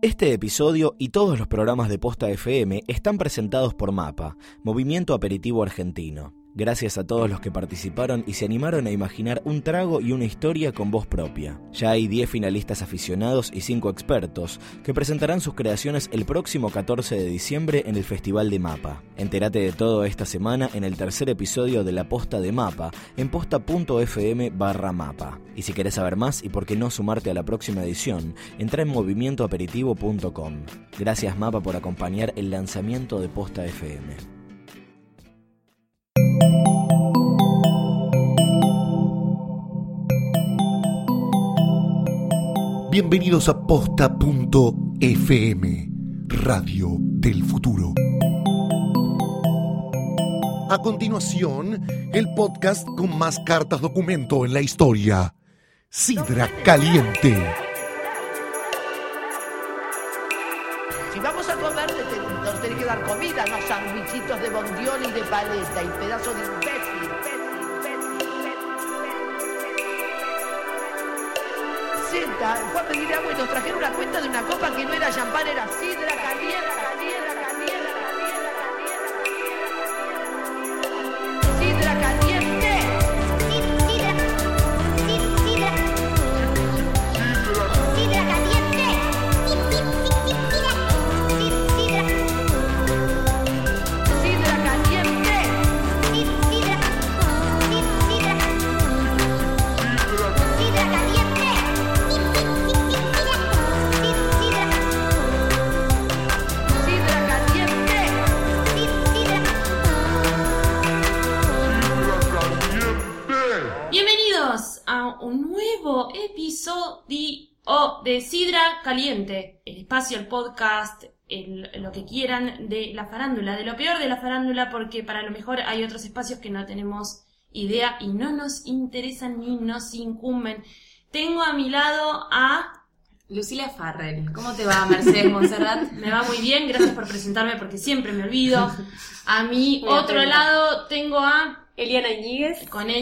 Este episodio y todos los programas de Posta FM están presentados por MAPA, Movimiento Aperitivo Argentino. Gracias a todos los que participaron y se animaron a imaginar un trago y una historia con voz propia. Ya hay 10 finalistas aficionados y 5 expertos que presentarán sus creaciones el próximo 14 de diciembre en el Festival de Mapa. Entérate de todo esta semana en el tercer episodio de La Posta de Mapa en posta.fm barra mapa. Y si querés saber más y por qué no sumarte a la próxima edición, entra en movimientoaperitivo.com. Gracias Mapa por acompañar el lanzamiento de Posta FM. Bienvenidos a posta.fm, Radio del Futuro. A continuación, el podcast con más cartas documento en la historia. Sidra Caliente. Si vamos a comer, te- te- nos tenés que dar comida, no sandwichitos de bondiol y de paleta y pedazo de imbécil. Senta, fue a pedir agua y nos trajeron una cuenta de una copa que no era champán, era sidra caliente, caliente, caliente, caliente, caliente. Sidra caliente. Sidra caliente. Sidra caliente. Bienvenidos a un nuevo episodio de Sidra Caliente, el espacio, el podcast, el- lo que quieran de la farándula, de lo peor de la farándula, porque para lo mejor hay otros espacios que no tenemos idea y no nos interesan ni nos incumben. Tengo a mi lado a... Lucila Farrell, ¿cómo te va Mercedes Monserrat? Me va muy bien, gracias por presentarme porque siempre me olvido. A mi Muy otro atenta. lado tengo a... Eliana Iñiguez, Con ñ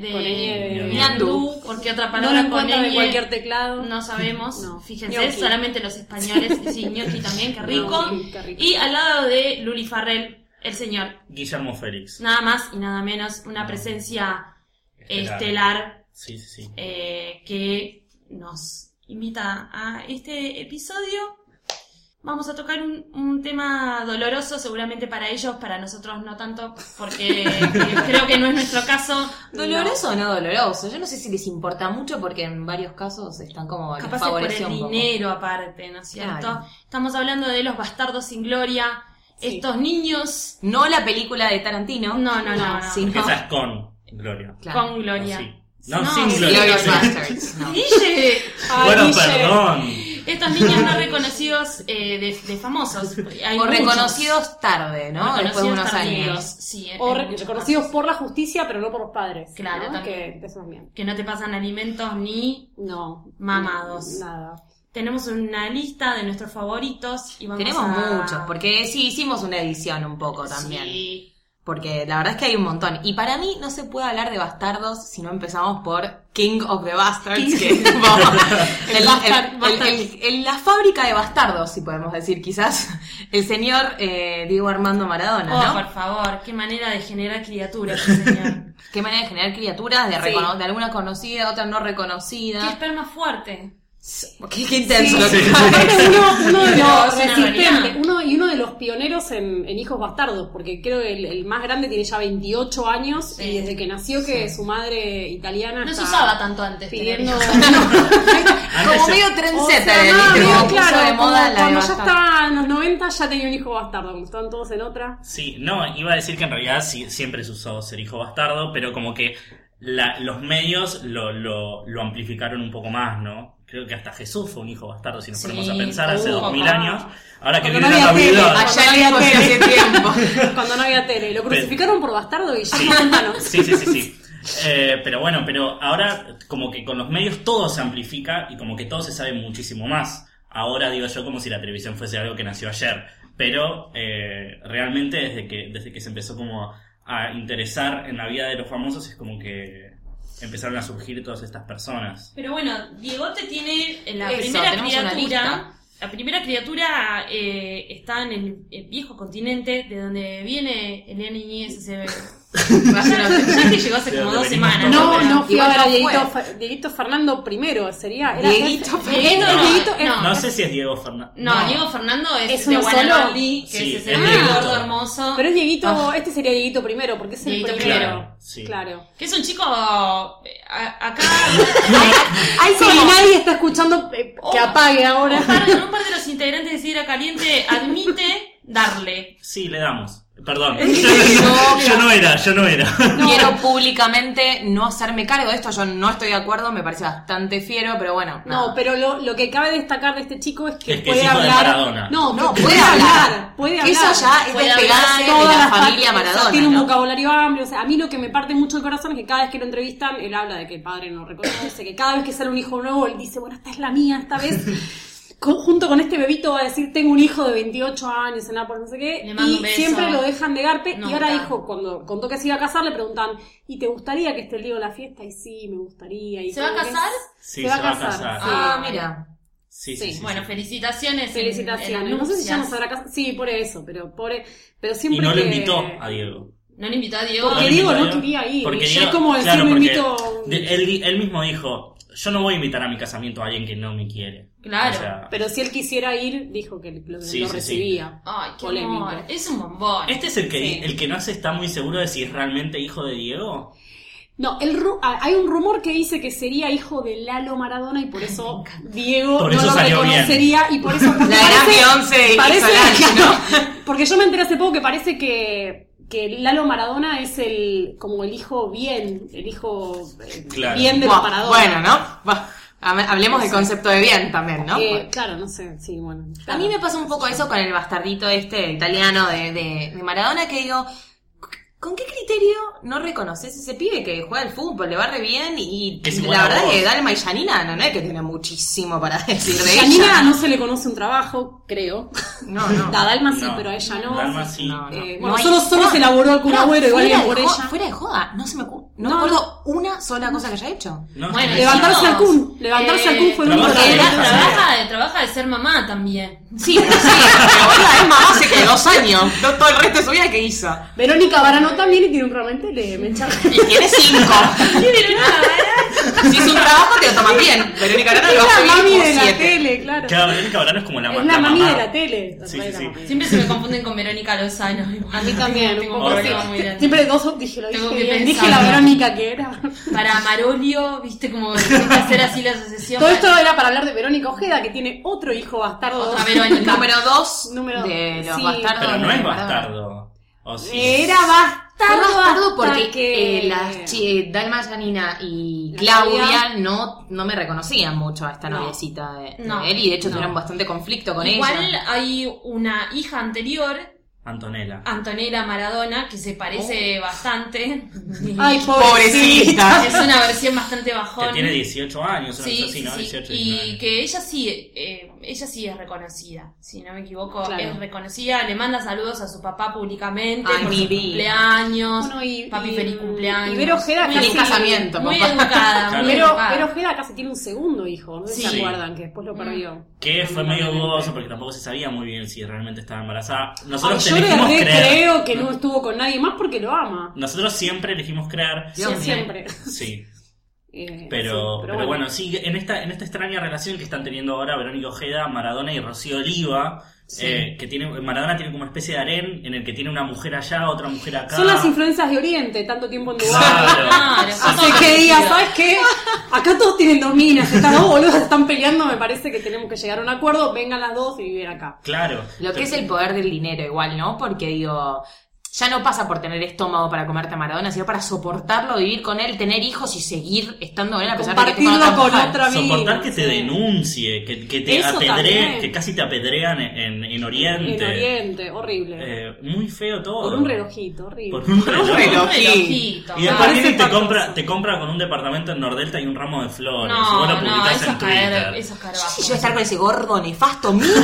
de... Con ñ de- Ñandú, porque otra no palabra lo con encuentran en ñ- cualquier teclado. No sabemos, No. fíjense, Gnocchi. solamente los españoles, sí, gnocchi también, qué rico. Gnocchi, qué rico. Y al lado de Luli Farrell, el señor, Guillermo Félix. nada más y nada menos, una presencia estelar Sí, sí, sí. este, eh, que nos invita a este episodio. Vamos a tocar un, un tema doloroso, seguramente para ellos, para nosotros no tanto, porque eh, creo que no es nuestro caso. ¿Doloroso o no doloroso? Yo no sé si les importa mucho porque en varios casos están como les Capaz es por favoreció el un poco. dinero aparte, ¿no es cierto? Claro. Estamos hablando de los bastardos sin gloria, Sí. estos niños No la película de Tarantino. No, no, no, no. sino- Esa es con Gloria. Claro. con gloria. Sí. No, No, sin sí, Gloria. Glorious Sí. Bastards, no. Guille, Bueno, Guille. perdón. estos niños no reconocidos eh, de, de famosos. Hay O muchos. reconocidos tarde, ¿no? Reconocidos Después de unos tardíos, años. sí, en- O en re- muchos reconocidos casos. por la justicia, pero no por los padres. Claro, ¿no? también. Que empezamos bien. Que no te pasan alimentos ni... No. Mamados. Nada. Tenemos una lista de nuestros favoritos y vamos Tenemos a- muchos, porque sí hicimos una edición un poco también. Sí. Porque la verdad es que hay un montón. Y para mí no se puede hablar de bastardos si no empezamos por King of the Bastards, que es como el- el- bastard- el- bastard. el- el- la fábrica de bastardos, si podemos decir quizás, el señor eh, Diego Armando Maradona, Oh, ¿no? por favor, qué manera de generar criaturas, señor. Qué manera de generar criaturas, de, recono- de algunas conocidas, otras no qué reconocidas. esperma fuerte. Qué, qué intenso lo que Sí. parece. Uno, uno de No, es los una resistentes, realidad. uno, y uno de los pioneros en, en hijos bastardos, porque creo que el, el más grande tiene ya 28 años Sí. y desde que nació que su madre italiana No se está usaba tanto este antes. Ah, pidiendo... tener hijos. Como se- medio O trendsetter, este sea, no, ¿viste? digo, Como puso claro, de moda como la de cuando ya bastardos. estaba en los 90 ya tenía un hijo bastardo, como estaban todos en otra. Sí, no, iba a decir que en realidad sí- siempre se usó ser hijo bastardo, pero como que la- los medios lo, lo- lo amplificaron un poco más, ¿no? Creo que hasta Jesús fue un hijo bastardo, si nos Sí, ponemos a pensar, hace uh, dos mil ah. años. Ahora que Cuando viene no la había Navidad. tele. Allá lejos de hace tiempo. Cuando no había tele. Lo crucificaron por bastardo y ya Sí, cuéntanos. sí, sí, sí. sí. Eh, pero bueno, pero ahora como que con los medios todo se amplifica y como que todo se sabe muchísimo más. Ahora digo yo como si la televisión fuese algo que nació ayer, pero eh, realmente desde que, desde que se empezó como a interesar en la vida de los famosos es como que empezaron a surgir todas estas personas. Pero bueno, Diegote tiene la Eso, primera tenemos una criatura. lista. La primera criatura eh, está en el, el viejo continente de donde viene Eliana Iñiguez ese ya, ya que llegó hace De como donde dos venimos semanas. todos. No, pero- no fui a Igual ver a no Dieguito, fue. Fe- Dieguito Fernando primero, sería. era- Dieguito es- Fernando. es Dieguito- este. es- No, No sé si es Diego Fernández. No, No. Diego Fernando es, Es de uno Guanaloli, que Sí, es es ese pibe Dieguito. gordo hermoso. Pero es Dieguito, Ah. este sería Dieguito primero, porque es el Dieguito primero. primero, sí. Claro. Que es un chico eh, a- acá. Ay, si ¿Cómo? nadie está escuchando, eh, que Oh. apague ahora. un par- un par de los integrantes de Sidra Caliente admite darle. Sí, le damos. Perdón. yo no era, yo no era. Quiero públicamente no hacerme cargo de esto, yo no estoy de acuerdo, me parece bastante fiero, pero bueno. No, nada. pero lo, lo que cabe destacar de este chico es que, Es que puede es hijo de hablar. Maradona. No, No, que puede hablar. Puede hablar. Eso ya es Puede despegarse hablar. de Todas la las partes, o familia sea, Maradona. tiene un ¿no? vocabulario amplio. O sea, a mí lo que me parte mucho el corazón es que cada vez que lo entrevistan, él habla de que el padre no reconoce, que cada vez que sale un hijo nuevo, él dice, bueno, esta es la mía, esta vez. co- junto con este bebito va a decir, tengo un hijo de 28 años, en Nápoles, no sé qué. Le mando y un beso. siempre lo dejan de garpe. No, y ahora está. dijo, cuando contó que se iba a casar, le preguntan, ¿y te gustaría que esté el lío en la fiesta? Y sí, me gustaría. Y ¿Se va a como que es- casar? Sí, se va a casar. sí. Ah, mira. Sí, Sí, sí, sí, sí. Bueno, felicitaciones. en- en Felicitaciones. las No sé si ya nupcias. nos habrá casado. Sí, por eso, pero, pobre, pero Y siempre. no lo que- invitó a Diego. No le invitó a Diego. Porque No le Diego invitó a no Diego. quería ir. Porque Ya es Diego- como decir, claro, no porque invito a un- de- él, di- él mismo dijo, yo no voy a invitar a mi casamiento a alguien que no me quiere. Claro. O sea, Pero si él quisiera ir, dijo que lo, lo Sí, sí, sí. recibía. Ay, qué Polémico. amor. Es un bombón. este es el que, Sí. el que no se está muy seguro de si es realmente hijo de Diego. No, el ru- ah, hay un rumor que dice que sería hijo de Lalo Maradona y por eso Diego Por no eso lo salió bien. reconocería y por eso. La gran Beyoncé y Solange, ¿no? Porque yo me enteré hace poco que parece que, que Lalo Maradona es el como el hijo bien, el hijo eh, Claro. bien de los Buah, Maradona. Bueno, ¿no? Buah, hable- Hablemos del concepto de bien también, ¿no? Eh, claro, no sé, sí, bueno. A claro. mí me pasa un poco eso con el bastardito este italiano de, de- de Maradona que digo, ¿con qué criterio no reconoces ese pibe que juega al fútbol, le va re bien y Que es igual la a verdad vos. que Dalma y Janina no, no es que tiene muchísimo para decir de A ella. Nina no se le conoce un trabajo, creo. No, no. A Dalma sí, No. pero a ella no. Dalma sí. No, no. Eh, No bueno, hay- solo, solo no. se elaboró el Kun No, Agüero, igual fuera bien de por jo- ella. Fuera de joda, no se me ocu- No, no, me acuerdo una sola cosa que haya hecho. No, Bueno, Levantarse chicos, eh, al Kun, levantarse al Kun fue el único trabaja Porque de ella la familia. trabaja, de- trabaja de ser mamá también. Sí, pero sí, pero boluda, es mamá hace que dos años. No, Todo el resto de su vida que hizo. Verónica Barano también y tiene un programa en tele, me echa. Y tiene cinco. Si es un trabajo, te lo tomas bien. Verónica Arana Es lo hace la bien mami como de la siete. tele, claro. Claro, Verónica Barano es como la, Es la mami mamá. de la tele. Sí, la sí, mamá. sí. Siempre se me confunden con Verónica Lozano. igual. A mí también, Tengo un un poco problema sí. muy grande. Siempre dos dije lo Tengo dije. que bien. pensar. Dije la Verónica que era. Para Marolio, viste como intenta hacer así la asociación. Todo esto era para hablar de Verónica Ojeda, que tiene otro hijo bastardo. Otra Verónica. Número dos Número de los sí. bastardos. Pero no de es Maradona. bastardo. O sí. Ah. Era Fue bastardo. bastardo porque hasta que- eh, las chi- eh, Dalma Janina y La Claudia Claudia. no, no me reconocían mucho a esta No. noviecita de, de No. él y de hecho tuvieron bastante conflicto con Igual ella. hay una hija anterior, Antonella. Ah, Antonella Maradona, que se parece bastante. Oh. Ay, pobrecita. Pobrecita. es una versión bastante bajón. Que tiene 18 años, una Sí, cosa así, sí, ¿no? sí. 18, y 19. que ella sí, eh, ella sí es reconocida, si no me equivoco, Claro. es reconocida, le manda saludos a su papá públicamente Ay, por mi sus vida. cumpleaños, Bueno, y- papi y- feliz cumpleaños. y Vero Ojeda muy, Feliz casi- casamiento, muy papá. educada, Claro. muy Pero, educada. pero Ojeda casi tiene un segundo hijo, no sé si Sí. se acuerdan, que después lo perdió. Que fue medio Lamentablemente. dudoso porque tampoco se sabía muy bien si realmente estaba embarazada. Ay, Nosotros Ah, yo le elegimos re creer. creo que no estuvo con nadie más porque lo ama. Nosotros siempre elegimos creer. Dios Sí, mío. siempre. Sí, Eh, pero, sí, pero, bueno. sí, en esta, en esta extraña relación que están teniendo ahora Verónica Ojeda, Maradona y Rocío Oliva, eh, que tiene, Maradona tiene como una especie de harén en el que tiene una mujer allá, otra mujer acá. Son las influencias de Oriente, tanto tiempo en Dubái. Claro. Claro, Hace que diga, ¿sabes qué? Acá todos tienen dos minas, estas dos boludas están peleando, me parece que tenemos que llegar a un acuerdo, vengan las dos y vivir acá. claro. Lo que es el poder del dinero igual, ¿no? Porque digo, ya no pasa por tener estómago para comerte a Maradona, sino para soportarlo, vivir con él, tener hijos y seguir estando con él a pesar de que te Compartirlo con mujer. otra mina. Soportar que te sí. denuncie, que, que te Eso apedrean, también. que casi te apedrean en, en- en Oriente. En Oriente, horrible. Eh, muy feo todo. Por un relojito, horrible. Por un reloj. reloj. Relojito. Y después Ah, viene y ese te está compra, hermoso. te compra con un departamento en Nordelta y un ramo de flores. Y vos No, lo no, publicás eso en es Twitter. caer, eso es caer Sí, bajo. yo voy a estar con ese gordo nefasto mínimo.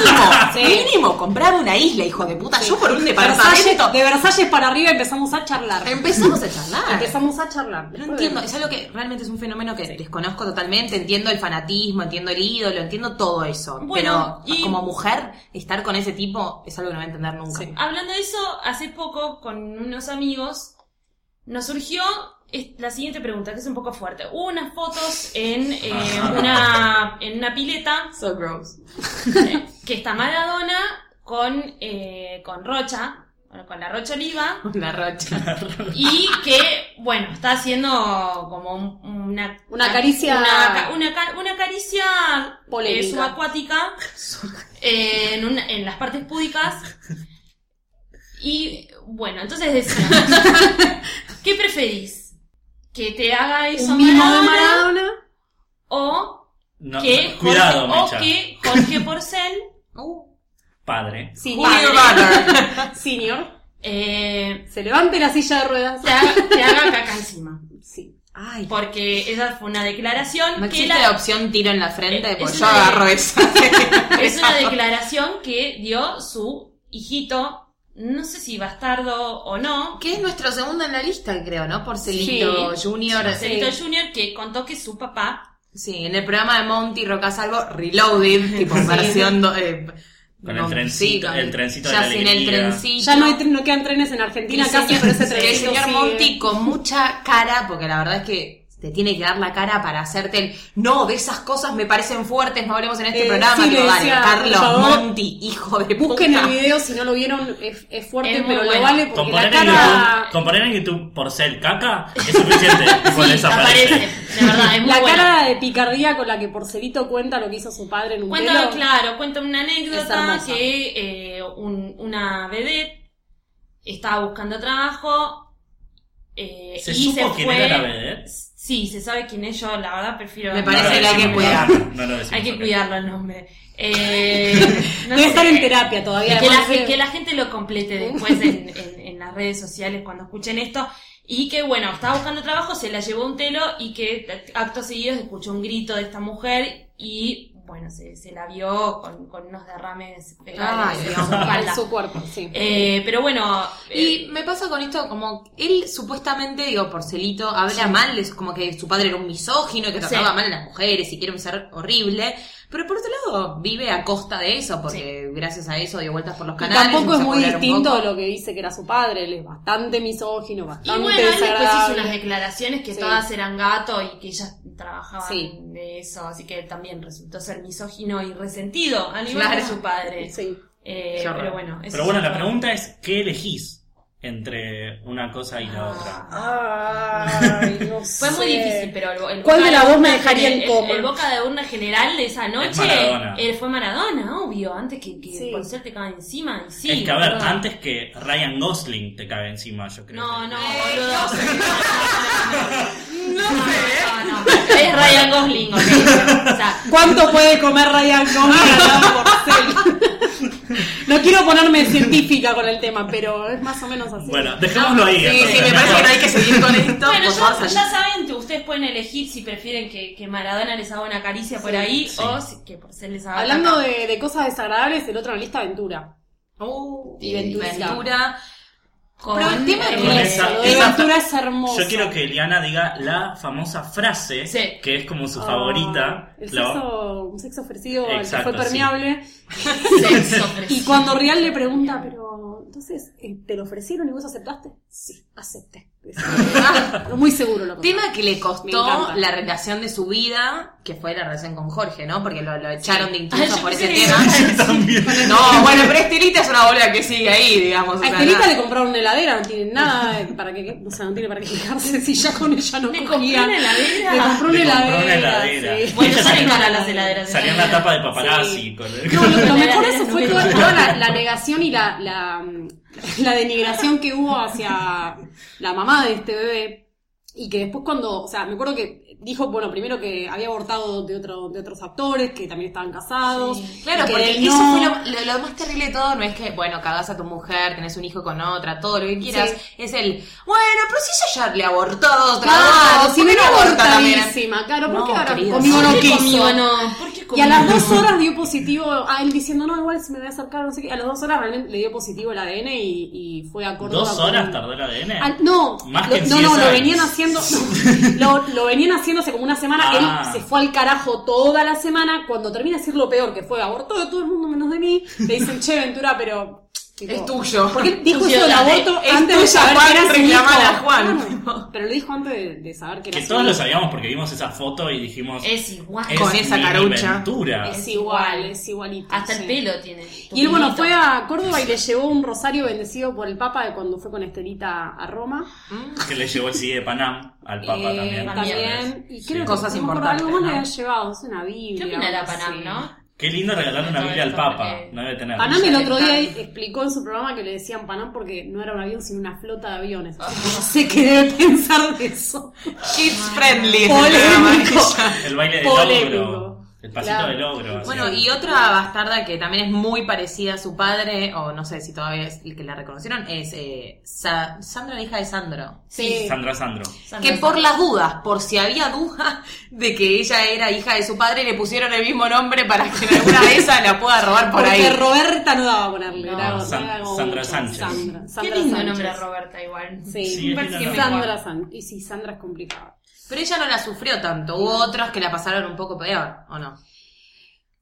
Sí. Mínimo, comprame una isla, hijo de puta. Yo por un Versalles- departamento. de Versalles valles para arriba empezamos a charlar. Empezamos a charlar. Empezamos a charlar. No entiendo, es algo que realmente es un fenómeno que desconozco totalmente. Entiendo el fanatismo, entiendo el ídolo, entiendo todo eso. Bueno, pero y- como mujer, estar con ese tipo es algo que no voy a entender nunca. Sí. Hablando de eso, hace poco con unos amigos nos surgió es- la siguiente pregunta, que es un poco fuerte. Hubo unas fotos en, eh, una, en una pileta So gross. eh, que está Maradona con, eh, con Rocha, bueno, con la Rocha Oliva, La rocha. y que, bueno, está haciendo como un- una... Una caricia- Una, ca- una ca- una caricia eh, Polémica. subacuática eh, en, una- en las partes púdicas. Y, bueno, entonces decíamos, ¿qué preferís? ¿Que te haga eso Un mimo de Maradona Maradona. o No, que, cuidado, Jorge, o Mecha. que Jorge Porcel Oh. Padre. Julio Butter. Senior. eh, Se levante la silla de ruedas. te, haga, te haga caca encima. Sí. Ay. Porque esa fue una declaración No que existe la- la opción tiro en la frente, Eh, pues es yo una- agarro esa. es una declaración que dio su hijito, no sé si bastardo o no, Que es nuestro segundo en la lista, creo, ¿no? Porcelito Sí. Junior. Marcelito Junior, que contó que su papá, Sí, en el programa de Monty Roca Salvo, Reloaded, tipo versión. do- eh, Con el no, trencito- con el trencito de Ya la sin el alegría. trencito. Ya no, hay, tren- no quedan trenes en Y Argentina el casi, señor- pero ese El trencito señor sigue. Monty con mucha cara, porque la verdad es que te tiene que dar la cara para hacerte el no, de esas cosas me parecen fuertes, no hablemos en este Eh, programa. sí, Digo, le dale, decía, Carlos por favor, Monty, hijo de puta. Busquen el video si no lo vieron, es, es fuerte, Es muy pero lo bueno. vale Con porque la poner, en cara. YouTube, con poner en YouTube por ser caca es suficiente. y por Sí, desaparece. de verdad, es muy La bueno. cara de picardía con la que Porcelito cuenta lo que hizo su padre en un Cuenta, velo. claro, cuenta una Es anécdota hermosa. que eh, un- una vedette estaba buscando trabajo eh, ¿Se y supo se quién fue. era la vedette? Sí, se sabe quién es yo, la verdad prefiero. Me parece que hay que cuidar. cuidarlo. No lo decimos Hay que acá. cuidarlo el nombre. Eh, no Debe estar sé. en terapia todavía. Y que, la, además, gen- sí. que la gente lo complete después en, en- en las redes sociales cuando escuchen esto. Y que bueno, estaba buscando trabajo, se la llevó un telo y que acto seguido se escuchó un grito de esta mujer y bueno, se, se la vio con, con unos derrames Ay, fecales en su Dios. espalda. En su cuerpo, sí. Eh, pero bueno, eh, Y me pasa con esto, como él supuestamente, digo, Porcelito, habla mal, es como que su padre era un misógino, que trataba Sí. mal a las mujeres y quiere un ser horrible, pero por otro lado vive a costa de eso, porque gracias a eso dio vueltas por los Y canales. tampoco es empezó a muy cobrar un distinto poco. de lo que dice que era su padre, él es bastante misógino, y bastante bueno, él después hizo desagradable. unas declaraciones que Sí. todas eran gato y que ellas trabajaban Sí. de eso, así que también resultó ser misógino y resentido, al igual Claro. que su padre. Sí. Eh, Qué horror. pero bueno, eso Pero bueno, es la todo. pregunta es: ¿qué elegís entre una cosa y Ah, la otra? Ay, no Fue muy difícil, pero el, el ¿Cuál boca de las dos me urna dejaría en gener- el- coma? El, boca de urna general de esa noche Maradona. eh, fue Maradona, obvio, antes que, que Sí. por ser te cae encima. y sí, es que, a ver, boludo. antes que Ryan Gosling te cague encima, yo creo. No, no, Eh, boludo. no sé. No, no, no. Es Ryan Gosling, ok. O sea, ¿Cuánto puede comer Ryan Gosling? no quiero ponerme científica con el tema, pero es más o menos así. Bueno, dejémoslo ahí. Sí, entonces, sí, me mejor. parece que no hay que seguir con esto. bueno, por favor, ya, salí. ya saben, que ustedes pueden elegir si prefieren que, que Maradona les haga una caricia por Sí, ahí sí. o si- que por ser les haga. Hablando caca. de, de cosas desagradables, el otro en la lista aventura. Uh, Y Ventura. Ventura. Con, Pero el tema es eh, Con esa- Lo de esa- aventura es hermoso. Yo quiero que Eliana diga la famosa frase Sí. que es como su Ah, favorita. El La- sexo, un sexo ofrecido al que Exacto, fue sí. permeable. sexo Y ofrecido. cuando Real le pregunta, pero entonces, eh, ¿te lo ofrecieron y vos aceptaste? Sí, acepté. Ah, Muy seguro lo contó. Tema que le Me costó encanta. la relación de su vida, que fue la relación con Jorge, ¿no? Porque lo, lo echaron de Ay, intruso Ah, yo por ese pensé que- tema. No, bueno, pero Estelita es una bola que sigue ahí, digamos. o A sea, Estelita nada. le compraron una heladera, no tiene nada eh, para que, o sea, no tiene para qué quejarse si ya con ella no ¿Le cogía. compró una heladera? Le compró una Le compró una heladera. heladera. sí. Bueno, Ella salen salió- caras las heladeras. Salió en la tapa de paparazzi. Sí. Con No, lo, lo mejor de Las eso fue novelas. toda, toda la, la negación y la, la, la denigración que hubo hacia la mamá de este bebé. Y que después cuando, o sea, me acuerdo que dijo, bueno, primero que había abortado de, otro, de otros actores que también estaban casados. Sí. Claro, y que porque él eso no. fue lo, lo- lo más terrible de todo, no es que, bueno, cagás a tu mujer, tenés un hijo con otra, todo lo que quieras, es el, bueno, pero si ella ya le abortó dos, Claro, dos, si ¿por me qué no aborta también? abortadísima, claro, ¿por No, qué ahora querido, conmigo sí. no ¿Por qué quiso? conmigo no? ¿Por qué asco. Y a las dos horas dio positivo a él diciendo, no, igual si me voy a acercar, no sé qué. A las dos horas realmente le dio positivo el ADN y, y fue a Córdoba. ¿Dos con- horas tardó el ADN? Al- Ah, no, Más lo- que en no, no, lo 10 venían años. haciendo. no, lo, lo venían haciendo hace como una semana. Ah. Él se fue al carajo toda la semana. Cuando termina de decir lo peor, que fue aborto de todo el mundo menos de mí, le dicen, che, Ventura, pero. tipo, Es tuyo. Porque él dijo Tu eso del ciudad, aborto es antes de tuya, saber Juan, que era su reclamala, hijo. Juan. Claro, pero lo dijo antes de, de saber que era Que su todos hijo. lo sabíamos porque vimos esa foto y dijimos. Es igual. "Es Con esa mi carucha". Ventura. Es igual, es igualito. Hasta sí. el pelo tiene. Y él, bueno, fue a Córdoba y le llevó un rosario bendecido por el Papa de cuando fue con Estelita a Roma. Mm. Que le llevó el CD de Panam al Papa Eh, también. también. Y Sí. creo que Cosas no me acuerdo, importantes, Algo más ¿no? le había llevado, es una Biblia. Yo opino la algo así. Panam, ¿no? Qué lindo regalarle una Todo Biblia al eso, Papa. porque- No debe tener. Panam el otro día Está. explicó en su programa que le decían Panam porque no era un avión sino una flota de aviones. Ah. No sé qué debe pensar de eso. Kids friendly. es el Polémico. programa de ella. El baile de Polémico. logro. El pasito Claro. de logro. Bueno, así. y otra bastarda que también es muy parecida a su padre, o no sé si todavía es el que la reconocieron, es eh, Sa- Sandra, la hija de Sandro. Sí. Sandra Sandro. Que por las dudas, por si había duda de que ella era hija de su padre, le pusieron el mismo nombre para que en alguna de esas la pueda robar por Porque ahí. Roberta no daba a ponerle. No, era- San- era como Sandra mucho. Sánchez. Sandra, Qué Sandra lindo Sánchez. nombre Roberta igual. Sí, Sí, Parece es que me lindo nombre. acuerdo. Sandra Sánchez. Y sí, Sandra es complicada. Pero ella no la sufrió tanto. Hubo otras que la pasaron un poco peor, ¿o no?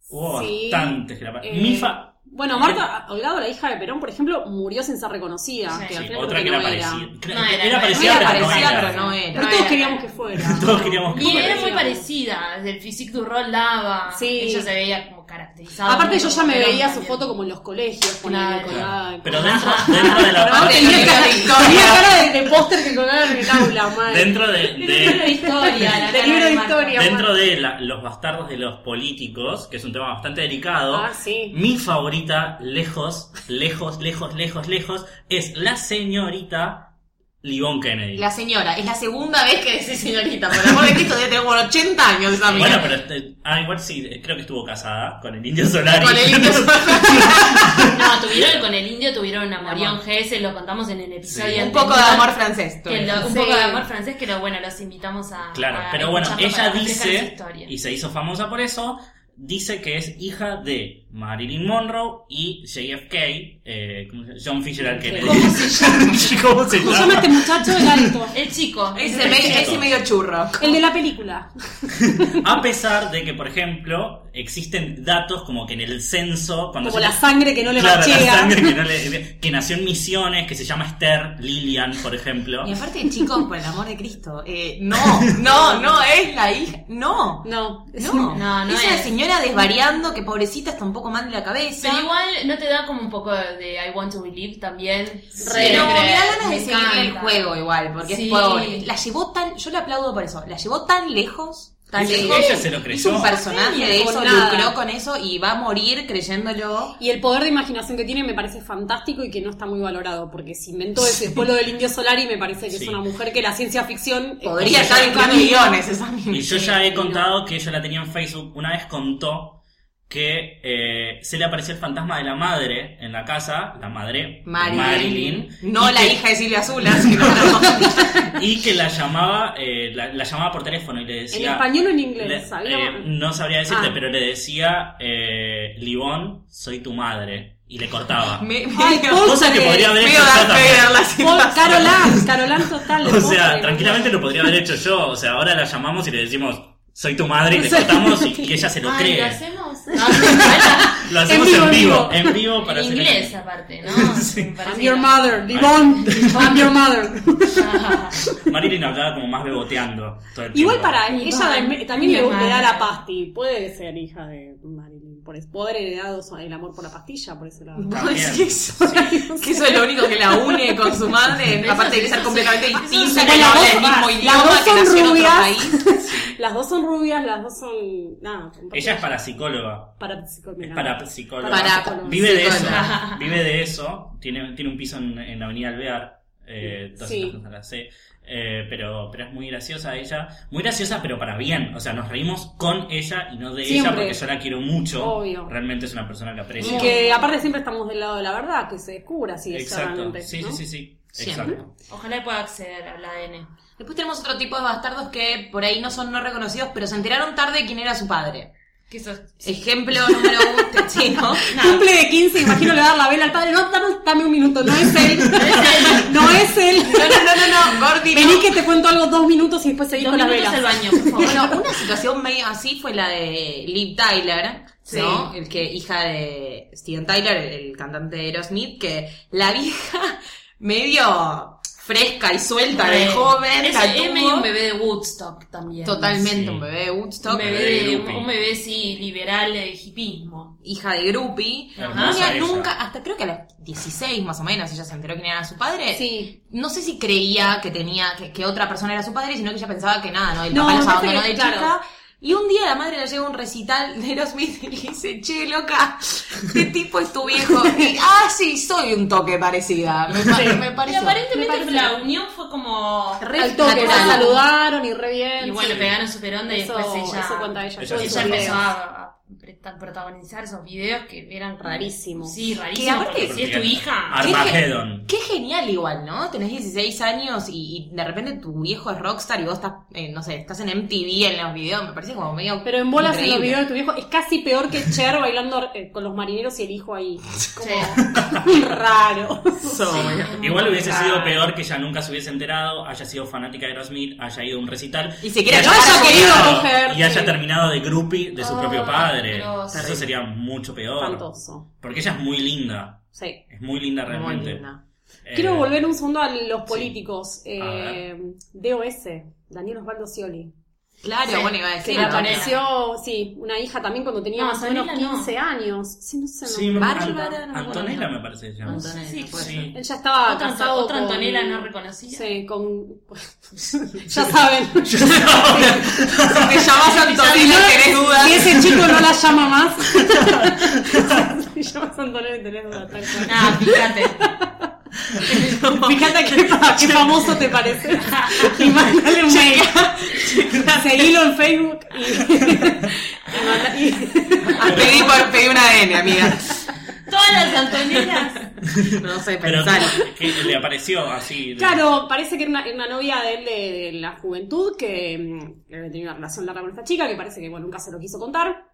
Hubo Sí. Oh, bastantes que la Eh, Mifa. Bueno, Marta Holgado, la hija de Perón, por ejemplo, murió sin ser reconocida. Sí, que al Sí, final otra creo que era no parecida. Cre- No era, Era no parecida, Era pero no parecida, era. pero no era. Pero No todos era. queríamos que fuera. Todos queríamos que Y fuera. era muy parecida, del physique du rol daba. Sí. Ella se veía como caracterizada. Aparte, mucho yo ya me como veía Perón su también. foto como en los colegios, con Claro. colgada. Pero dentro, dentro de la Pero Aparte, tenía tenía cara, victoria. tenía cara de, de póster que colgaron en el aula, madre. Dentro de, Libro de de, historia, la De cara libro de Marta. historia. dentro de la- los bastardos de los políticos, que es un tema bastante delicado, Ah, sí. mi favorita, lejos, lejos, lejos, lejos, lejos, es la señorita Livon Kennedy. La señora, es la segunda vez que decís señorita, por amor de Cristo, debe tener como 80 años esa mina. Bueno, pero este, ah, igual sí, creo que estuvo casada con el indio Solari. Con el indio No, tuvieron con el indio, tuvieron una Marion Amor. GS, lo contamos en el episodio. Sí. Un anterior. poco de amor francés. tú Que eres. lo- un Sí. poco de amor francés, que lo, bueno, los invitamos a. Claro, a pero bueno, escucharlo ella para refrescar esa dice, historia. y se hizo famosa por eso, dice que es hija de Marilyn Monroe y JFK, eh, ¿cómo se llama? John Fisher Kennedy. ¿Cómo se llama? ¿Cómo se ¿Cómo se llama llama? este muchacho? Era alto. El chico. Ese, me- ese medio churro. El de la película. A pesar de que, por ejemplo, existen datos como que en el censo, cuando Como se- la sangre que no le Claro, la machea. sangre que, no le- que nació en Misiones, que se llama Esther Lillian, por ejemplo. Y aparte, chicos, por el amor de Cristo, eh, no, no, no es la hija, no. No, es No, un- No, no es una es. señora desvariando que pobrecita está un poco mal de la cabeza. Pero igual, ¿no te da como un poco de I want to believe también? Pero me da ganas Me de seguir el encanta. juego igual, porque Sí. es pobre. La llevó tan, yo le aplaudo por eso, la llevó tan lejos, tan Sí, lejos. ella se lo Hizo creyó. un personaje de Con eso, nada. lucró con eso y va a morir creyéndolo. Y el poder de imaginación que tiene me parece fantástico y que no está muy valorado, porque se inventó eso. y Después lo del indio solar y me parece que Sí. es una mujer que la ciencia ficción eh, Podría estar en claro, cuatro millones esa Y yo mina. ya he contado que ella la tenía en Facebook. Una vez contó que eh, se le apareció el fantasma de la madre en la casa, la madre Marilyn. Marilyn, No y la que- hija de Silvia Azul, así que no, no. y que la llamaba, eh, la, la llamaba por teléfono y le ¿En decía. español o en inglés? le- ¿Sabía? eh, no sabría decirte, Ah. pero le decía, eh, Libón, soy tu madre. Y le cortaba. Me, me, Ay, pobre. Cosa que podría haber veo hecho yo Darth también. Vader, la Por situación. Carolan, Carolan total. O sea, postre. tranquilamente lo podría haber hecho yo. O sea, ahora la llamamos y le decimos, soy tu madre, y le cortamos y, y ella se lo Ay, cree. ¿lo hacemos? Ah, Lo hacemos En vivo, en vivo, en en vivo para en hacer- inglés, aparte, ¿no? Sí. Me parece I'm your que- mother, Divon, I'm your mother. Ah, Marilyn hablaba como más beboteando. todo el Igual tiempo. para Mi ella madre. también- también le, Mi le da madre. la pasti. Puede ser hija de Marilyn. Por eso, poder heredado so- el amor por la pastilla, por ese lado. Vos También. decís Pues, que eso es lo único que la une con su madre, Eso- aparte de eso ser sí. completamente Eso distinta, sí. que no Bueno, habla las el dos- mismo las idioma, dos que son nació en otro rubias. país. Las dos son rubias, las dos son. Nada. son Ella es parapsicóloga. Es parapsicóloga. parapsicóloga. Parapsicóloga. Vive de eso. Vive de eso. Tiene, tiene un piso en, en la Avenida Alvear. Eh, todas Sí. esas cosas las sé. Eh, pero, pero es muy graciosa ella. Muy graciosa, pero para bien. O sea, nos reímos con ella y no de Siempre. ella porque yo la quiero mucho. Obvio. Realmente es una persona que Y aprecio. que aparte siempre estamos del lado de la verdad, que se descubra si es Exacto. realmente. Sí, ¿no? sí, sí, sí. Siempre. Exacto. Ojalá pueda acceder al ADN. Después tenemos otro tipo de bastardos que por ahí no son no reconocidos, pero se enteraron tarde de quién era su padre. Que sos- Ejemplo número uno, sí, ¿no? Cumple de 15, imagino le va a dar la vela al padre. No, dame, dame un minuto, no es él. No es él. No, no, no, no, no, Gordi, no. Vení que te cuento algo dos minutos y después seguís Dos con las minutos velas. al baño, por favor. Bueno, una situación medio así fue la de Liv Tyler, Sí. ¿no? El que, hija de Steven Tyler, el cantante de Aerosmith, que la vieja medio fresca y suelta de Re- joven, Es, tatuó. es medio un bebé de Woodstock también. totalmente Sí. un bebé de Un Woodstock, bebé, Bebé de- groupie. un bebé, sí, liberal de hipismo. hija de groupie. Hermosa Nunca- ella. nunca, hasta creo que a los 16 más o menos, ella se enteró quién era su padre. Sí. No sé si creía que tenía, que, que otra persona era su padre, sino que ella pensaba que nada, ¿no? El No, papá me los parece abandonó que- de claro. chica. Y un día la madre le llega a un recital de Aerosmith y le dice, che, loca, ¿qué tipo es tu viejo? Y, ah, sí, soy un toque parecida. Me, pa- me Y pareció. aparentemente me parece- la unión fue como. Re Al toque, se natural. saludaron y re bien. Y bueno, sí. pegaron su peronda y Eso- después ella. eso cuenta ella. Ella Yo sí vi ella sabe. videos. empezó a, a preta- protagonizar esos videos que eran Rarísimos. Sí, Que rarísimos. aparte- Porque si es tu hija. Ar- Armageddon. Qué genial igual, ¿no? Tenés 16 años y, y de repente tu viejo es rockstar y vos estás, eh, no sé, estás en MTV en los videos. Me parece como medio Pero en bolas en los increíble. videos de tu viejo es casi peor que Cher bailando eh, con los marineros y el hijo ahí. Sí. Como raro. Igual hubiese sido peor que ella nunca se hubiese enterado, haya sido fanática de Aerosmith, haya ido a un recital. Y se quiera y que haya terminado- querido coger, Y haya sí. terminado de groupie de su Ay, propio padre. Dios. Eso sería mucho peor. Espantoso. Porque ella es muy linda. Sí. Es muy linda realmente. Muy linda. Eh, Quiero volver un segundo a los políticos. A Eh, ver. DOS, Daniel Osvaldo Scioli. Claro, Sí, bueno, iba a Que decir. le ¿no? apareció, sí, una hija también cuando tenía No, más o menos Antonella no. 15 años. Sí, no sé. Sí, no. me- Bárbara, Ant- no me acuerdo Antonella el me parece que se llama. Antonella, Sí, puede sí. ser. Él ya estaba Otra- ah, casado otra con- Antonella no reconocida. Sí, con... ya saben. Si te llamas Antonella, tenés dudas. Si ese chico no la llama más. si llamas a Antonella, tenés dudas. tal cual. Ah, Nada, fíjate. Fíjate qué, fa- qué famoso te parece. Y mandale un mail. Seguilo en Facebook y, y manda- y- Pedí, por, pedí una ADN, amiga. Todas las Antonelas. No sé, Pero pensar. ¿cómo- que le apareció así. de- Claro, parece que era una, era una novia de él de, de la juventud que mm, que había tenido una relación larga con esta chica, que parece que bueno, nunca se lo quiso contar.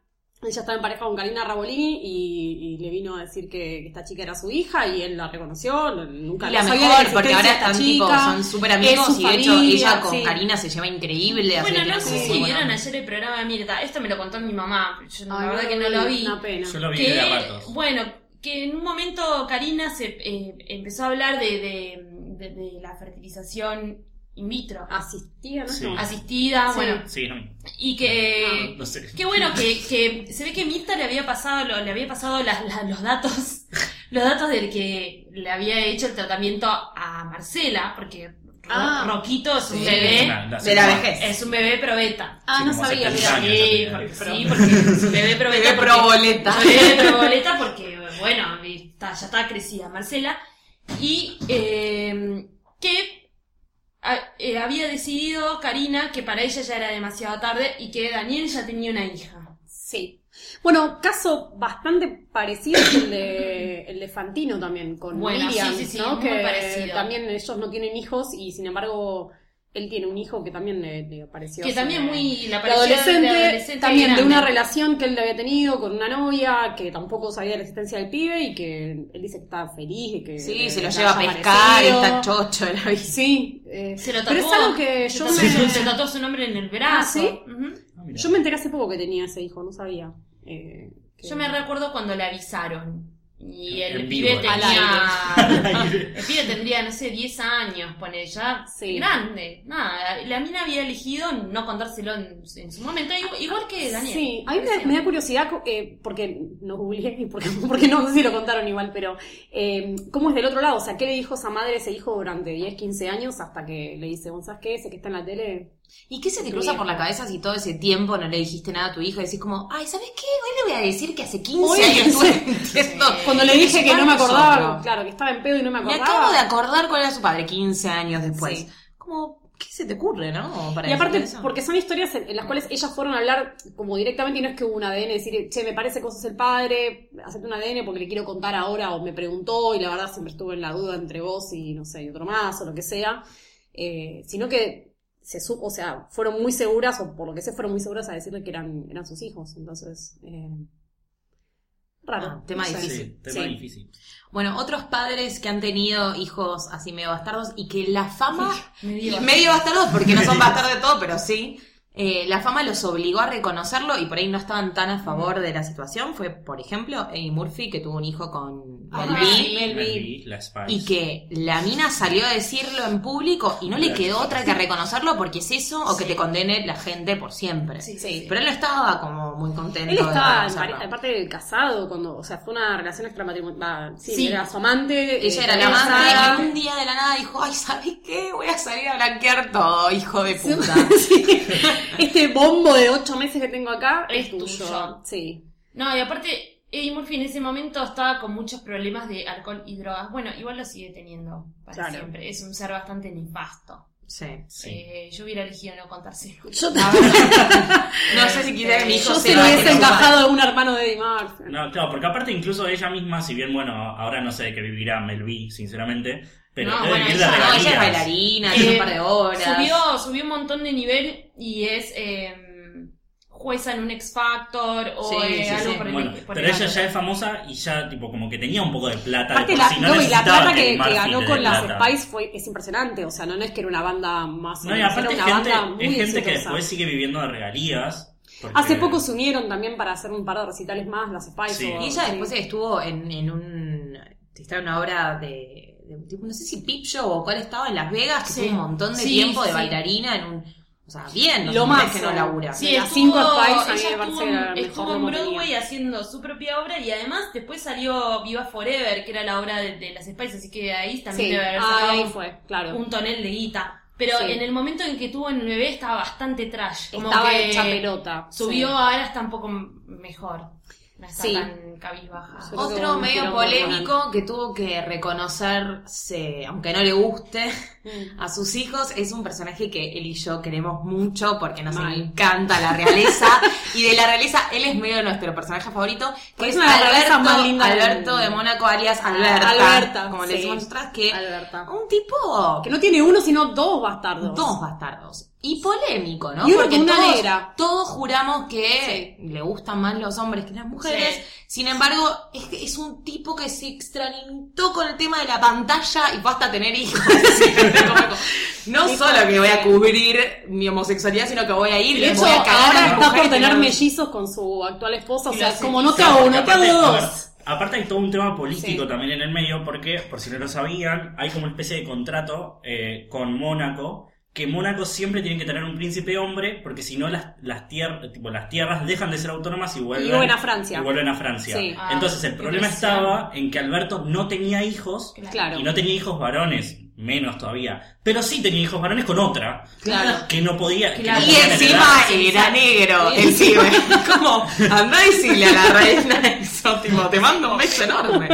Ella estaba en pareja con Karina Rabolini y, y le vino a decir que, que esta chica era su hija y él la reconoció, no- nunca Y la no sabía de la mejor, porque existencia de ahora esta están tipo, chica, son súper es amigos su y de hecho familia, ella con sí. Karina se lleva increíble. así Bueno, que no tiene sé como si buena vieron onda. ayer el programa de Mirta. Esto me lo contó mi mamá. pero Yo, Ay, la verdad que no lo vi. Una pena. Yo lo vi de a que, ratos. bueno, que en un momento Karina se eh, empezó a hablar de, de- de- de la fertilización in vitro Asistía, ¿no? Sí. No. asistida, Ah, Sí. bueno, Sí, no, Ah, y que no sé. Qué bueno que, que se ve que Mirta le había pasado, lo- le había pasado las- la- los datos, los datos del que le había hecho el tratamiento a Marcela, porque Ro- Ah. Roquito es un Sí. bebé, Una- la De la segunda- vejez. es un bebé probeta. Ah, Sí, no como sabía, 70 mira. años. Sí, ya porque, te sí, digo. porque es un bebé probeta. Bebé porque- proboleta. Bebé proboleta porque, bueno, está- ya está crecida Marcela. Y eh, que a- eh, había decidido Karina que para ella ya era demasiado tarde y que Daniel ya tenía una hija. Sí. Bueno, caso bastante parecido es el de, el de Fantino también, con Bueno, Miriam, sí, sí, sí, ¿no? muy que parecido. también ellos no tienen hijos y sin embargo él tiene un hijo que también le, le apareció. Que así también de- muy la parecida de de adolescente, adolescente también de grande. una relación que él había tenido con una novia que tampoco sabía la existencia del pibe y que él dice que estaba feliz y que Sí, le- se lo le lleva a haya pescar y parecido. está chocho de la bici. Sí, eh, Se lo tatuó. pero es algo que se yo tatuó, me- se tatuó su nombre en el brazo. Ah, ¿sí? Ujú. Ah, mira. Yo me enteré hace poco que tenía ese hijo, no sabía. eh, que- Yo me recuerdo cuando le avisaron. Y En el vivo, pibe eh. tenía. el pibe tendría, no sé, 10 años, pone ya. Sí. Grande. Nada, la mina había elegido no contárselo en, en su momento. Igual, igual que Daniel. Sí, a mí me, me da curiosidad, eh, porque no googleé y porque, porque no sé si lo contaron igual, pero eh, ¿cómo es del otro lado? O sea, ¿qué le dijo esa madre a ese hijo durante 10, 15 años hasta que le dice, "Vos ¿sabes qué? Ese que está en la tele. ¿Y qué se te cruza por la cabeza si todo ese tiempo no le dijiste nada a tu hijo? Y decís como, ay, ¿sabes qué? Hoy le voy a decir que hace 15 Hoy años le- estuve mintiendo". Cuando le dije que no me acordaba, Nosotros. claro, que estaba en pedo y no me Me acordaba. acabo de acordar cuál era su padre 15 años después. Sí. Como, ¿qué se te ocurre, no? Como para y aparte, decirle eso. porque son historias en en las cuales ellas fueron a hablar como directamente y no es que hubo un ADN, decir, che, me parece que vos sos el padre, hacete un ADN porque le quiero contar ahora o me preguntó y la verdad siempre estuve en la duda entre vos y no sé, y otro más o lo que sea, Eh, sino que se su- o sea, fueron muy seguras, o por lo que sé, fueron muy seguras a decirle que eran, eran sus hijos. Entonces, eh, raro. Ah, tema no sé. difícil. Sí, tema Sí. difícil. Bueno, otros padres que han tenido hijos así medio bastardos y que la fama. Medio y medio bastardos, porque no son bastardos de todo, pero sí. eh, la fama los obligó a reconocerlo y por ahí no estaban tan a favor de la situación. Fue, por ejemplo, Eddie Murphy, que tuvo un hijo con Ah, con Lee, sí. Mel Mel B. B, la Spice. y que la mina salió a decirlo en público y no le quedó otra que reconocerlo porque es eso o que te condene la gente por siempre. Sí, sí. Pero él no estaba como muy contento. Él de estaba, en reconocerlo. pare- aparte, casado, cuando, o sea, fue una relación extramatrimonial. Sí, Sí. era su amante. Ella eh, era la casada. madre y un día de la nada dijo, ay, ¿sabes qué? Voy a salir a blanquear todo, hijo de puta. Sí. Este bombo de ocho meses que tengo acá es, Es tuyo. tuyo. Sí. No, y aparte, Eddie Murphy en ese momento estaba con muchos problemas de alcohol y drogas. Bueno, igual lo sigue teniendo para Claro. siempre. Es un ser bastante nefasto. Sí. Sí. Eh, yo hubiera elegido no contárselo. Yo, No sé si quisiera que mi hijo yo se sepa lo que hubiese no encajado a un hermano de Eddie Murphy. No, claro, porque aparte incluso ella misma, si bien, bueno, ahora no sé de qué vivirá Mel B, sinceramente, pero No, debe bueno, vivir de ella, no, ella es regalías. bailarina, tiene un Eh, par de horas. Subió, subió un montón de nivel y es eh, jueza en un X Factor o Sí, eh, sí, algo sí. por el Bueno, por el pero ella lado. ya es famosa y ya, tipo, como que tenía un poco de plata. Aparte, de la, por sí, no, y la necesitaba plata que, Eddie que Murphy ganó le con dé las plata. Spice fue, es impresionante. O sea, no, no es que era una banda más. No, y era aparte es una gente, banda muy es gente que exitosa. después sigue viviendo de regalías. porque- Hace poco se unieron también para hacer un par de recitales más, las Spice. Sí. o- Y ella sí. después estuvo en, en un... Estaba en una obra de, de un tipo, no sé si Pip Show o cuál estaba en Las Vegas, que Sí. tuvo un montón de Sí, tiempo de sí. bailarina en un... O sea, bien, no Lo es un mes más. que no labura. De Sí, las estuvo, cinco Spice, a mí ella me parece estuvo, la mejor en- estuvo en compañía. Broadway haciendo su propia obra y además después salió Viva Forever, que era la obra de, de las Spice, así que ahí también Sí, Ah, debe haber ahí sacado fue, claro. un tonel de guita. Pero Sí. en el momento en que tuvo en el bebé estaba bastante trash. Como Estaba que hecha pelota. Subió, Sí. ahora está un poco mejor. No está Sí. tan cabizbaja. Yo creo que hubo Otro un medio quilombo polémico que tuvo que reconocerse, aunque no le guste, Mm. a sus hijos, es un personaje que él y yo queremos mucho porque nos Mal. encanta la realeza. y de la realeza, él es medio nuestro personaje favorito, que Porque es es una de las Alberto, realezas más lindas del Alberto de mundo. Ah, Mónaco, alias Alberta. Alberta, como le sí. decimos nosotras, que Alberta. un tipo Que no tiene uno, sino dos bastardos. dos bastardos. Y polémico, ¿no? Y uno Porque con una todos, negra. todos juramos que le gustan más los hombres que las mujeres. Sí. Sin embargo, es, es un tipo que se extralimitó con el tema de la pantalla y basta tener hijos. no Hijo, solo que voy sí. a cubrir mi homosexualidad, sino que voy a ir y Y de les hecho, voy a cagar a ahora las está por mujeres tener que no- mellizos con su actual esposa. O Y sea, las es como no te Claro, hago porque uno, te aparte- hago a ver, dos. Aparte hay todo un tema político Sí. también en el medio, porque, por si no lo sabían, hay como una especie de contrato eh, con Mónaco, que Mónaco siempre tiene que tener un príncipe hombre, porque si no las, las, tier- tipo, las tierras dejan de ser autónomas y vuelven, vuelven a Francia. y vuelven a Francia. Sí. Ah, Entonces el qué problema presión. estaba en que Alberto no tenía hijos, Claro. y no tenía hijos varones, menos todavía, pero sí tenía hijos varones con otra. Claro. Que no podía. que no Claro. Y podía encima heredar. era negro, Sí. encima. Como, andá y decirle a la reina eso, tipo, te mando un beso enorme.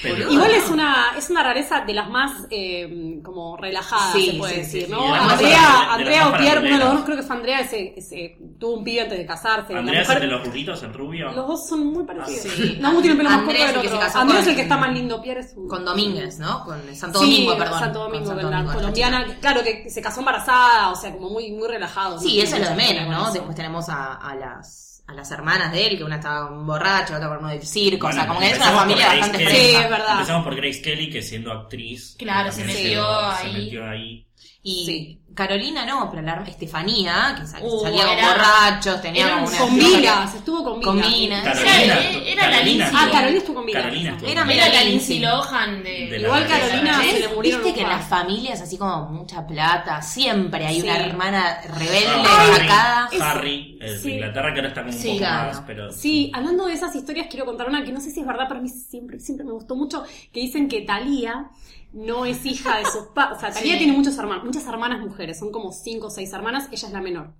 Pero- Igual es una, es una rareza de las más eh, como relajadas, Sí, se puede sí, sí, decir, sí, ¿no? de las más Andrea, farandule- Andrea de las más Otier, uno de los faranduleras. dos, creo que fue Andrea, ese, ese- tuvo un pibe antes de casarse. La Andrea es el mujer- de los burritos, el rubio. Los dos son muy parecidos. Ah, sí. No, uno tiene el pelo más corto Andrea que el es el que se otro. casó Andrea es con- el que está más lindo, Pierre es un- Con Domínguez, ¿no? Con Santo Sí, Domingo, perdón. Santo Domingo, Con con, Santo la Domingo, colombiana, esta chica. claro, que se casó embarazada, o sea, como muy, muy relajado. Sí, eso es lo de menos, Con ¿no? eso. Después tenemos a, a las, a las hermanas de él, que una estaba con un borracho, otra con uno del circo, Bueno, o sea, como que es una empezamos familia por Grace bastante Kelly. Sí, fresca. es verdad. Empezamos por Grace Kelly, que siendo actriz. Claro, también se se metió ahí. Se metió ahí. Y Sí. Carolina no, pero la Estefanía, que sal- Uh, salía con era- borrachos, tenía era como un una... Con Vilas, estuvo con Vilas. Con Vilas. Carolina. Era- era la Lindsay. estuvo- Ah, Carolina estuvo con Mila. Carolina estuvo Era con medio Era Mila. la Lindsay. Lindsay Lohan de... De la Igual realeza. Carolina ¿Eh? Ah, se le murieron Viste que en los las familias así como mucha plata, siempre hay una Sí. hermana Ah, rebelde, Harry, sacada. Harry, el sí. de Inglaterra, que ahora está como un Sí, poco claro. más, pero. Sí, hablando de esas historias, quiero contar una que no sé si es verdad, pero a mí siempre, siempre me gustó mucho, que dicen que Talía no es hija de sus padres. O sea, Talía Sí. tiene muchos hermanos, muchas hermanas mujeres, son como cinco o seis hermanas, ella es la menor.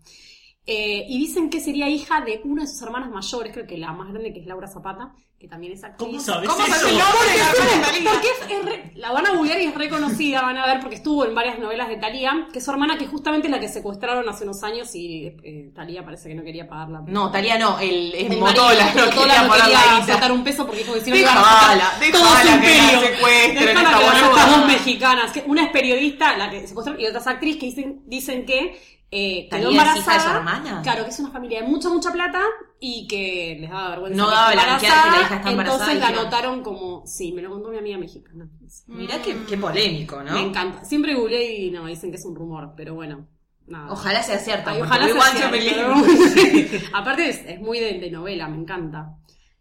Eh, y dicen que sería hija de una de sus hermanas mayores, creo que la más grande, que es Laura Zapata, que también es actriz. ¿Cómo sabes ¿Cómo eso? sabes el nombre de la hermana de Thalía? Porque es- es re- la van a googlear y es reconocida, van a ver, porque estuvo en varias novelas de Talía, que es su hermana, que justamente es la que secuestraron hace unos años y eh, Talía parece que no quería pagarla. No, Talía no, el, el, El marido, Motola. el No Motola quería no pagar quería la guita. soltar un peso porque dijo que si no le iban a Dejala, sacar todo su dejala que la imperio. secuestren Dejala esta que las boluda. otras dos mexicanas, que una es periodista, la que secuestraron, y otra es actriz que dicen, dicen que eh, quedó ¿Talía es hija de su embarazada. hermana? Claro, que es una familia de mucha, mucha plata y que les daba vergüenza. No que daba esté la embarazada, que la hija está embarazada y Entonces la dijeron- anotaron como, sí, me lo contó mi amiga mexicana. Mirá qué, qué polémico, ¿no? Me encanta. Siempre googleé y no, dicen que es un rumor, pero bueno. Nada. Ojalá sea cierto. Ay, porque ojalá we sea want cierto, to believe. ¿no? Aparte es, es muy de, de novela, me encanta.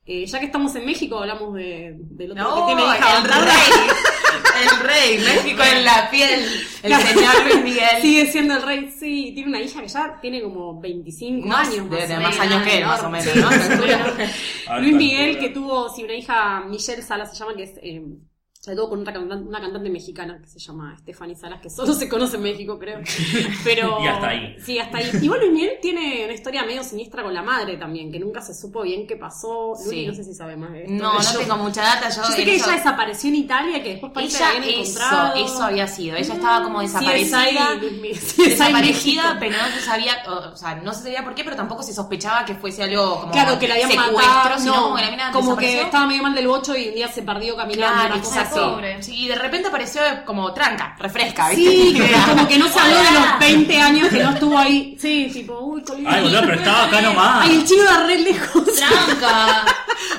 Eh, ya que estamos en México, hablamos de, del otro que No, tiene hija el Valderrama. rey. El rey, México en la piel. El señor Luis Miguel. Sigue siendo el rey, sí. Tiene una hija que ya tiene como 25 Más, años. de- de o más menos. años que él, más o menos, ¿no? Sí, más o menos. Alta Luis Miguel, altura. que tuvo, sí, una hija, Michelle Salas se llama, que es. eh, se tuvo con una cantante, una cantante mexicana que se llama Stephanie Salas, que solo se conoce en México, creo. Pero, Y hasta ahí. Sí, hasta ahí. Igual Luis Miguel tiene una historia medio siniestra con la madre también, que nunca se supo bien qué pasó. Luli, Sí. no sé si sabe más de esto. No, no tengo mucha data. Yo, Yo sé que eso- ella desapareció en Italia, que después parece que la ella habían eso, encontrado. Mm, eso había sido. Ella estaba como desaparecida. CSI, Luis Miguel, CSI desaparecida, México. pero no se sabía, o, o sea, no se sabía por qué, pero tampoco se sospechaba que fuese algo como Claro, que la habían secuestro, matado. sino no, como que la mina como que desapareció. estaba medio mal del bocho y un día se perdió caminando. Claro, una cosa exacto. así. pobre. Sí, y de repente apareció como tranca, refresca, ¿viste? Sí, que como que no se habló de Hola. los 20 años que no estuvo ahí. Sí, tipo, uy, colgado. Ay, boludo, pero estaba acá nomás. Ay, el chivo de re lejos. Tranca.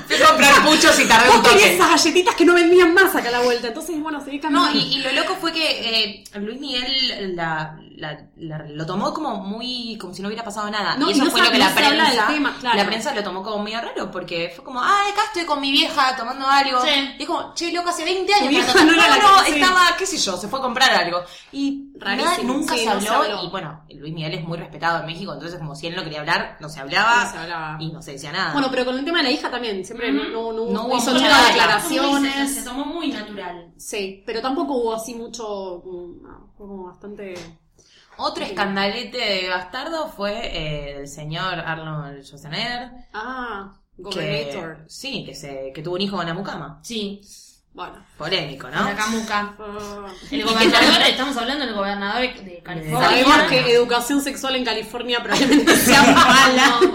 Fui a comprar puchos y tardé un Vos tenías toque. esas galletitas que no vendían más acá a la vuelta. Entonces, bueno, seguí No, caminando. y, y lo loco fue que eh, Luis Miguel la, la- la- lo tomó como muy, como si no hubiera pasado nada. No, y y eso no fue se- lo que no la se habla del prensa, tema, claro. la prensa lo tomó como medio raro, porque fue como, ah, acá estoy con mi vieja tomando algo. Sí. Y es como, che, loco, hace 20 años. Tu que vieja no, no era la no, que- sí. estaba, qué sé yo, se fue a comprar algo. Y Rarísimo, nada, nunca sí, se, no habló, se habló. y bueno, Luis Miguel es muy respetado en México, entonces como si él no quería hablar, no se hablaba, No se hablaba. y no se decía nada. Bueno, pero con el tema de la hija también. Siempre Ujú. no, no, No no hubo hizo mucha nunca data. Como dices, Se declaraciones. tomó muy natural. Sí, pero tampoco hubo así mucho. mm, no, fue como bastante. Otro escandalete de bastardo fue eh, el señor Arnold Schwarzenegger. Ah, que, Gobernator. sí, que, se, que tuvo un hijo con la mucama. Sí. Bueno. Polémico, La ¿no? camuca. ah. El gobernador, estamos hablando del gobernador de California. Sabemos que educación sexual en California probablemente sea mala. No,